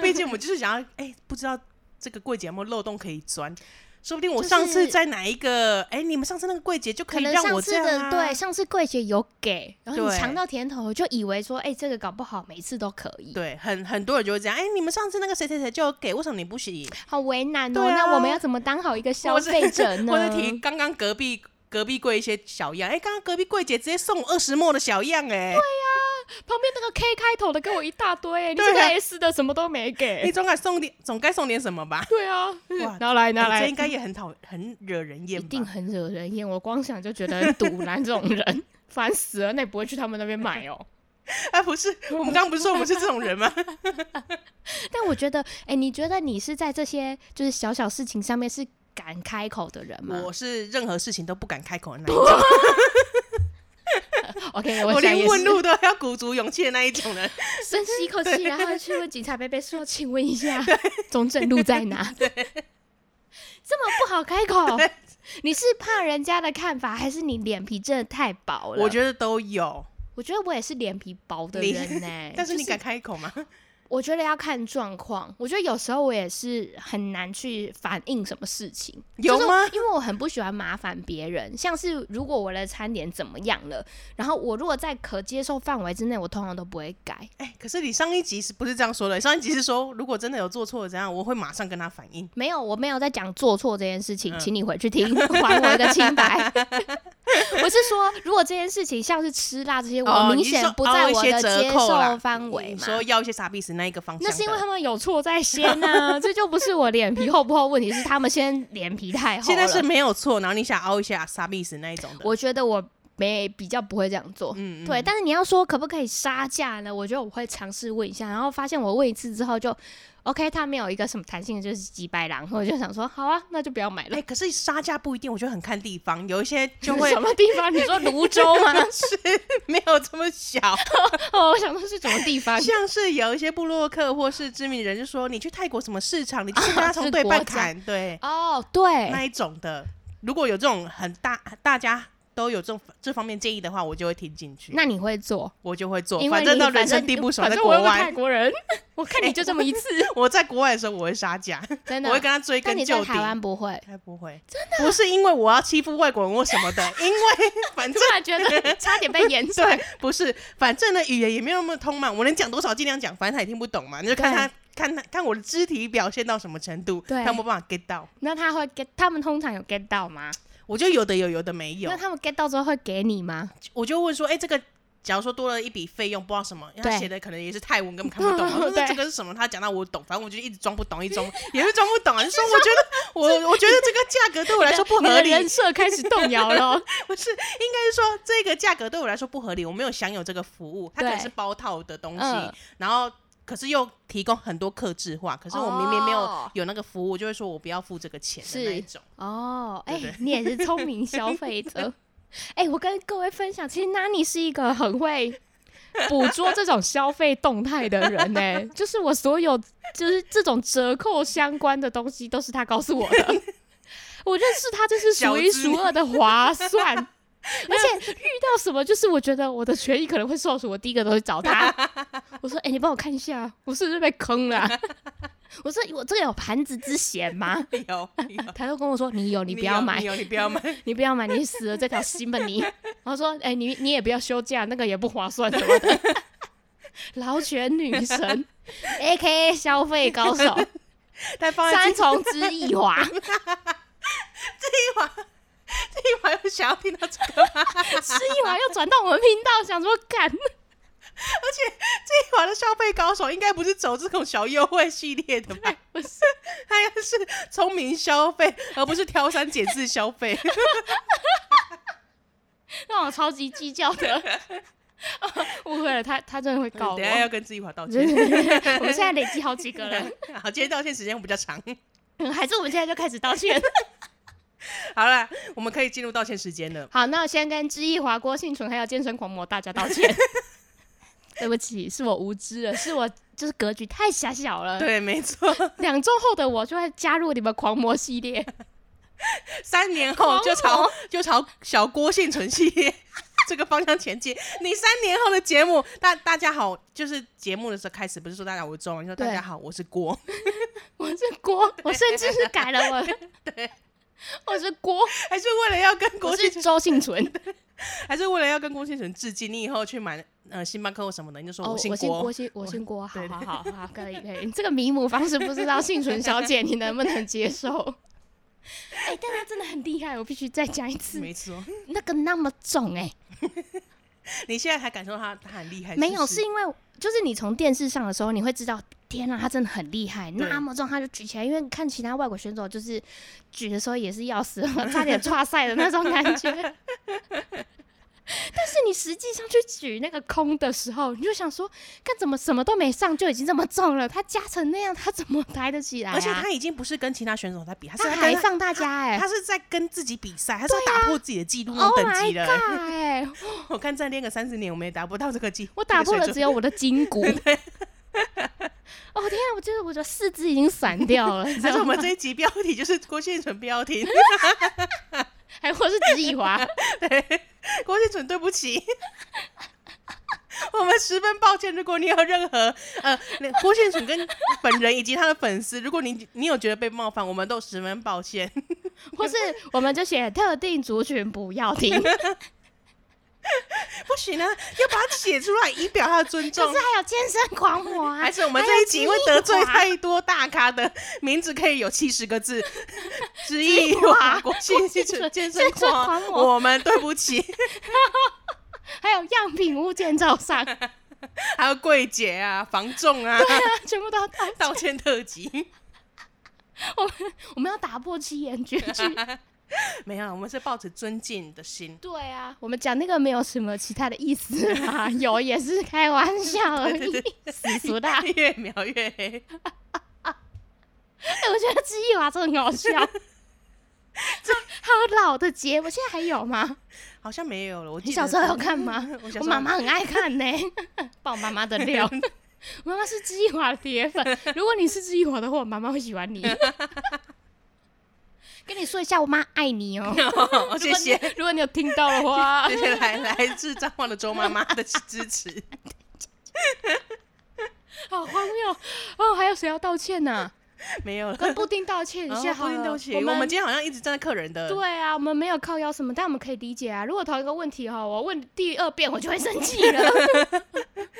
毕竟我们就是想要，哎、不知道这个柜姐有没有漏洞可以钻，说不定我就是上次在哪一个，哎、你们上次那个柜姐就可以能让上我次这样的、啊，对，上次柜姐有给，然后你对尝到甜头，就以为说，哎、这个搞不好每次都可以，对，很很多人就会这样，哎、你们上次那个谁谁谁就有给，为什么你不行？好为难哦、对啊那我们要怎么当好一个消或是费者 呢？或者提刚刚隔壁。隔壁柜一些小样，哎、刚刚隔壁柜姐直接送我二十墨的小样、哎、旁边那个 K 开头的给我一大堆、哎你对这个啊 S 的什么都没你给，总该送点，总该送点什么吧？对啊哇，拿来拿哎这来应，该也很讨，很惹人一厌定吧？很惹人厌。我光想就觉得很堵拦这种人， 烦死了。那你不会去他们那边买哦、哎、不是，我们刚刚不是说我们是这种人 吗？但我觉得，哎、你觉得你是在这些就是小小事情上面是敢开口的人吗？我是任何事情都不敢开口的那一种。OK，我想连也问是，路都要鼓足勇气的那一种人。 深吸一口气，然后去问警察伯伯说：“请问一下，中正路在哪？” 这么不好开口，你是怕人家的看法，还是你脸皮真的太薄了？我觉得都有，我觉得我也是脸皮薄的你人呢、但是哎就你敢开 口吗？我觉得要看状况，我觉得有时候我也是很难去反映什么事情，有就是吗因为我很不喜欢麻烦别人。像是如果我的餐点怎么样了，然后我如果在可接受范围之内，我通常都不会改。哎、可是你上一集是不是这样说的？上一集是说，如果真的有做错了怎样，我会马上跟他反映。没有，我没有在讲做错这件事情，嗯请你回去听，还我一个清白。 我是说，如果这件事情像是吃辣这些，哦我明你是显说不在凹一我些的折接扣啦嗯受范围你嘛。说要一些傻逼死那一个方向的，那是因为他们有错在 先呐、这就不是我脸皮厚不厚问题，是他们先脸皮太厚现在是了。没有错，然后你想凹一下傻逼死那一种的。我觉得我没比较不会这样做，嗯，嗯对。但是你要说可不可以杀价呢？我觉得我会尝试问一下，然后发现我问一次之后就 OK，他没有一个什么弹性，就是几百狼，我就想说好啊，那就不要买 哎、了。可是杀价不一定，我觉得很看地方，有一些就会什么地方？你说泸州吗？没有这么小， 哦，我想说是什么 地方？像是有一些布洛克或是知名人就说，你去泰国什么市场，你就是跟他 是从对半国家砍，对哦，对，那一种的。如果有这种很大，大家都有这种这方面建议的话，我就会听进去，那你会做？我就会做。因为反正你到人反生正地不熟，反在正我国又不是泰外，国 人，我看你就这么一次， 我在国外的时候我会杀价，真我的会。跟他追但根你在究台底。湾 不会，才不会，真的不是因为我要欺负外国人或什么 的，因为反突正然觉得差点被 延上。对，不是，反正呢语言也没有那么通嘛，我能讲多少尽量讲，反正他也听不懂嘛，你就看他看他看我的肢体表现到什么程度，对他有没有办法 get 到。那他会 get，他们通常有 get 到吗？我就有的有，有的没有那，他们 get 到之后会给你吗？我就问说，哎、这个。假如说多了一笔费用，不知道什么，因为他对写的可能也是泰文，根本看不懂。我对说这个是什么？他讲到我懂，反正我就一直装不懂，一直装也是装不懂啊。就说我觉得我我觉得这个价格对我来说不你合的理，人设开始动摇 了哦。不是，应该是说这个价格对我来说不合理，我没有享有这个服务，它可能对是包套的东西，嗯然后可是又提供很多克制化，可是我明明没有、哦有那个服务，我就会说我不要付这个钱的是那一种。哦，哎、对不你也是聪明消 费者。哎、我跟各位分享，其实 Nani 是一个很会 捕捉这种消费动态的人呢、就是我所有就是这种折扣相关的东西，都是他告诉我的。 我认识他，这是数一数二的划算，而且遇到什么就是我觉得我的权益可能会受损，我第一个都会找他。我说：“哎、你帮我看一下，我是不是被坑了啊、 我说：“我这个有盘子之嫌吗？”有有，他就跟我说：“你有，你不要买，你你有你不要买，不要买，你死了这条心吧你。”然后说：“哎、你你也不要休假，那个也不划算什么的。” 劳权女神，A K A 消费高手，但放在三这重之一华，一晚，这一晚又想要听到这个吗？之一华又转到我们频道，想说干， 这一晚的消费高手应该不是走这种小优惠系列的 吧？不是他应该是聪明消费，而不是挑三拣四消费。让我超级计较的。 误会了，他他真的会告我。等哎一下要跟自己华道歉。 我们现在累积好几个人， 好，今天道歉时间比较长。还是我们现在就开始道歉？好了，我们可以进入道歉时间了。好，那我先跟知意华、郭幸存还有健身狂魔大家道 歉。对不起，是我无知了，是我就是格局太狭小了。，对，没错， 两周后的我就会加入你们狂魔系 列。三年后就狂朝就朝小郭幸存系列这个方向前进。你三年后的节目，大大家好，就是节目的时候开始，不是说大家好我是钟，你说对大家好，我是郭， 我是郭，我甚至是改了我的，我是郭，还是为了要跟我郭幸是存，周幸存。还是为了要跟郭幸存致敬？你以后去买呃星巴克或什么的，你就说哦，姓我姓郭。郭，姓我姓郭，好对好好好，可以可以。这个迷母方式不知道幸存小姐你能不能接受？哎、但他真的很厉害，我必须再讲一次，没错， 那个那么重哎、你现在才感受到他他很厉害，没有，不是因为就是你从电视上的时候，你会知道，天啊，他真的很厉害，对那么重他就举起来，因为看其他外国选手就是举的时候也是要死了，差点抓赛的那种感觉。 但是你实际上去举那个空的时候，你就想说，看怎么什么都没上就已经这么重了，他加成那样，他怎么抬得起来、啊？而且他已经不是跟其他选手在比，他是他在还跟放大家哎、他是在跟自己比赛，他是要打破自己的欸记录那 Oh 种等 my 级 god！了。哎、 我看再练个三十年，我们也达不到这个技，我打这破个了水只准有我的筋骨。 哦天啊！我觉得我的四肢已经散掉了，你 知还是道我吗们？这一集标题就是郭信存不要听，还或是指以华，郭信存对不起。 我们十分抱歉，如果你有任何呃，郭信存跟本人以及他的粉丝，如果你你有觉得被冒犯，我们都十分抱歉。 或是我们就写特定族群不要听，可不行啊，要把它写出来以表他的尊重是。还有健身狂魔啊还，是我们还这有一集记会忆得罪华太多大咖的名字，可以有七十个字，知意华国信信存存健身健身狂狂，魔我们对不起， 还有样品物建造商， 还有柜姐啊、房仲啊，全部都要道道歉特辑。 我们要打破七言 绝句。没有，我们是抱着尊敬的心。对啊，我们讲那个没有什么其他的意思啊， 有也是开玩笑而对对已，死俗的啊。哎， 越描越黑，哎我觉得知意华真的很好 笑， 好老的节目，现在还有吗？好像没有了。我记你得小时候有看吗？我小时我候妈妈很爱看呢、爆妈妈的 料。我妈妈是知意华的铁粉，如果你是知意华的话，我妈妈会 喜欢你。跟你说一下，我妈爱你哦、 哦， 如谢果你谢，如果你有听到的话谢，谢来来自彰化的周妈妈的支 持。好荒谬哦！还有谁要道歉呢、没有了，跟布丁道歉一下哦好不了。对不起，我我们们今天好像一直站在客人的。对啊，我们没有靠腰什么，但我们可以理解啊。如果同一个问题哈，我问第二遍我就会生气了。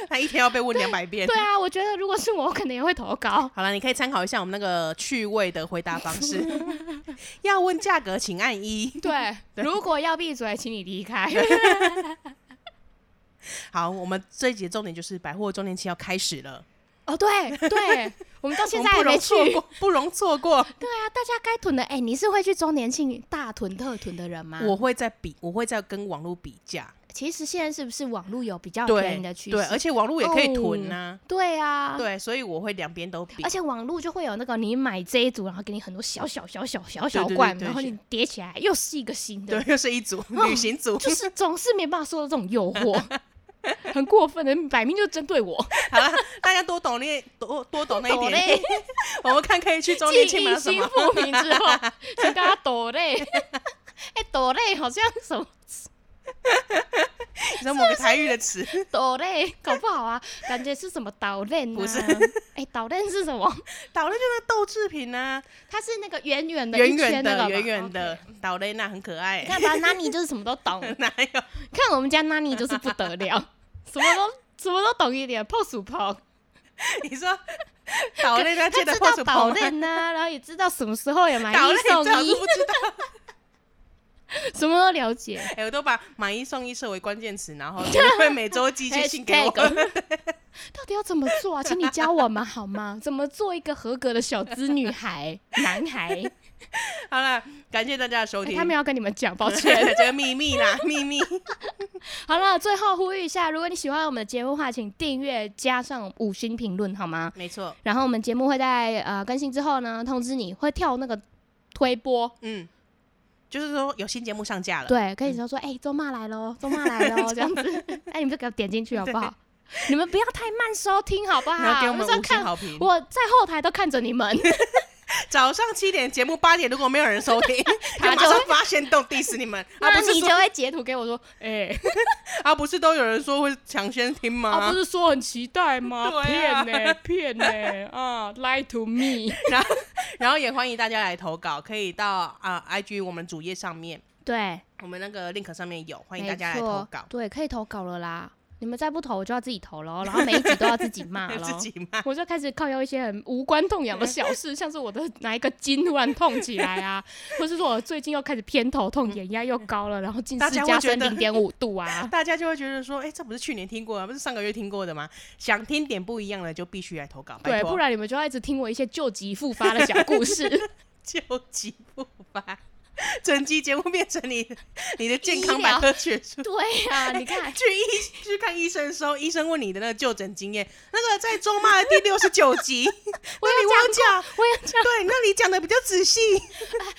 他一天要被问两百遍。 对啊，我觉得如果是我，我可能也会投稿。好了，你可以参考一下我们那个趣味的回答方 式。要问价格，请按 一。对，如果要闭嘴，请你离开。好，我们这一节重点就是百货周年期要开始了， 哦，对对，我们到现在我还没们去不容。错过，不容错过。 对啊，大家该囤的，哎、你是会去周年庆大囤特囤的人吗？我会在比，我会在跟网络比价，其实现在是不是网络有比较便对宜的趋势？对，而且网络也可以囤呐、对啊，对，所以我会两边都比而。且网络就会有那个，你买这一组，然后给你很多小小小小小小对对罐，对对然后你叠起来又是一个新对的，，又是一组哦旅行组。就是总是没办法受到这 种诱惑， 很过分的，摆明就针对我。好了，大家多懂那多多懂那一抖点，嘞，我们看可以去周年记庆买忆什新么。复明之 后，请大家抖嘞。 哎，抖嘞好像什么你知道某个台语的词，抖嘞，搞不 好啊，感觉是什么导链啊？不是哎，导链是什么？岛内就是豆制品啊，它是那个圆圆的，圆一圈圆那个的，吧圆圆。的 OK 岛内那很可爱你。看吧，那你就是什么都 懂。 哪有？看我们家 Nani 就是不得了，什么都什么都懂一点，泡鼠泡，你说岛内那他界的知破道什导么？链呐、然后也知道什么时候也买岛一内送最好是一，不知道。 什么都了解。哎，我都把买一送一设为关键词，然后就会每周寄去信给我。 Hashtag 到底要怎么做啊？请你教我们好吗？怎么做一个合格的小资 女孩、男孩？ 好了，感谢大家的收哎听。他们要跟你们讲，抱 歉。这个秘密啦，秘密。 好了，最后呼吁一下，如果你喜欢我们的节目的话，请订阅加上五星评论好吗？没错，然后我们节目会在呃更新之后呢，通知你会跳那个推播，嗯，就是说有新节目上架了。对，可以说说，哎、周骂来 喽，周骂来喽，这样子，哎、你们就给我点进去好不好？你们不要太慢收听好不好？然后给我们是要五星看，好评。啊我在后台都看着你们，早上七点节目，八点如果没有人收 听，就他马就上发现动 diss 你 们。啊，那不是你就说会截图给我说， 哎、啊，不是都有人说会抢先听吗？啊，不是说很期待吗？对啊骗呢、骗呢、啊，lie to me。然后，然后也欢迎大家来投稿，可以到啊、IG 我们主页上面，对，我们那个 link 上面有，欢迎没大家来投错稿，对，可以投稿了啦。你们再不投，我就要自己投喽，然后每一集都要自己骂 喽。自己骂。我就开始靠腰一些很无关痛痒的小事，像是我的哪 一个筋突然痛起来啊，或是说我最近又开始偏头痛，眼压又高了，然后近大视家会加觉深得零点五度啊。大家就会觉得说，哎、这不是去年听过的，不是上个月听过的吗？想听点不一样的，就必须来投稿，拜对，托。不然你们就要一直听我一些旧疾复发的小故事。就急不发。 整集节目变成你你的健康医百疗科全书。对呀、你看，去医去看医生的时候，医生问你的那个就诊经验，那个在周妈的第六十九集， 我有那里我有讲， 我也这样，啊对，那你讲的比较仔 细，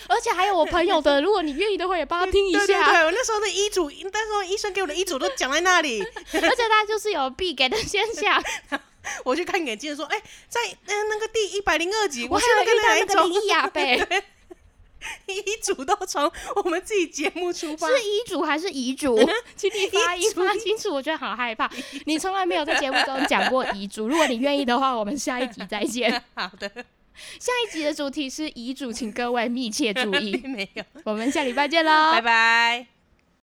而且还有我朋友的，如果你愿意的话，也帮他听 一对对下。对，我那时候的医嘱，那时候医生给我的医嘱都讲在那里。而且他就是有必给的 现象，我去看眼镜说，哎、在那、那个第一百零二集，我还是有那遇到那个个哪一林种 忆亚贝，医嘱都从我们自己节目出发，是遗嘱还是遗嘱？嗯请你发音发清楚，我觉得好害怕。你从来没有在节目中讲过遗嘱，如果你愿意的话，我们下一集再见。 好的，下一 集的主题是遗嘱，请各位密切注意。 没有，我们下礼拜见喽，拜拜。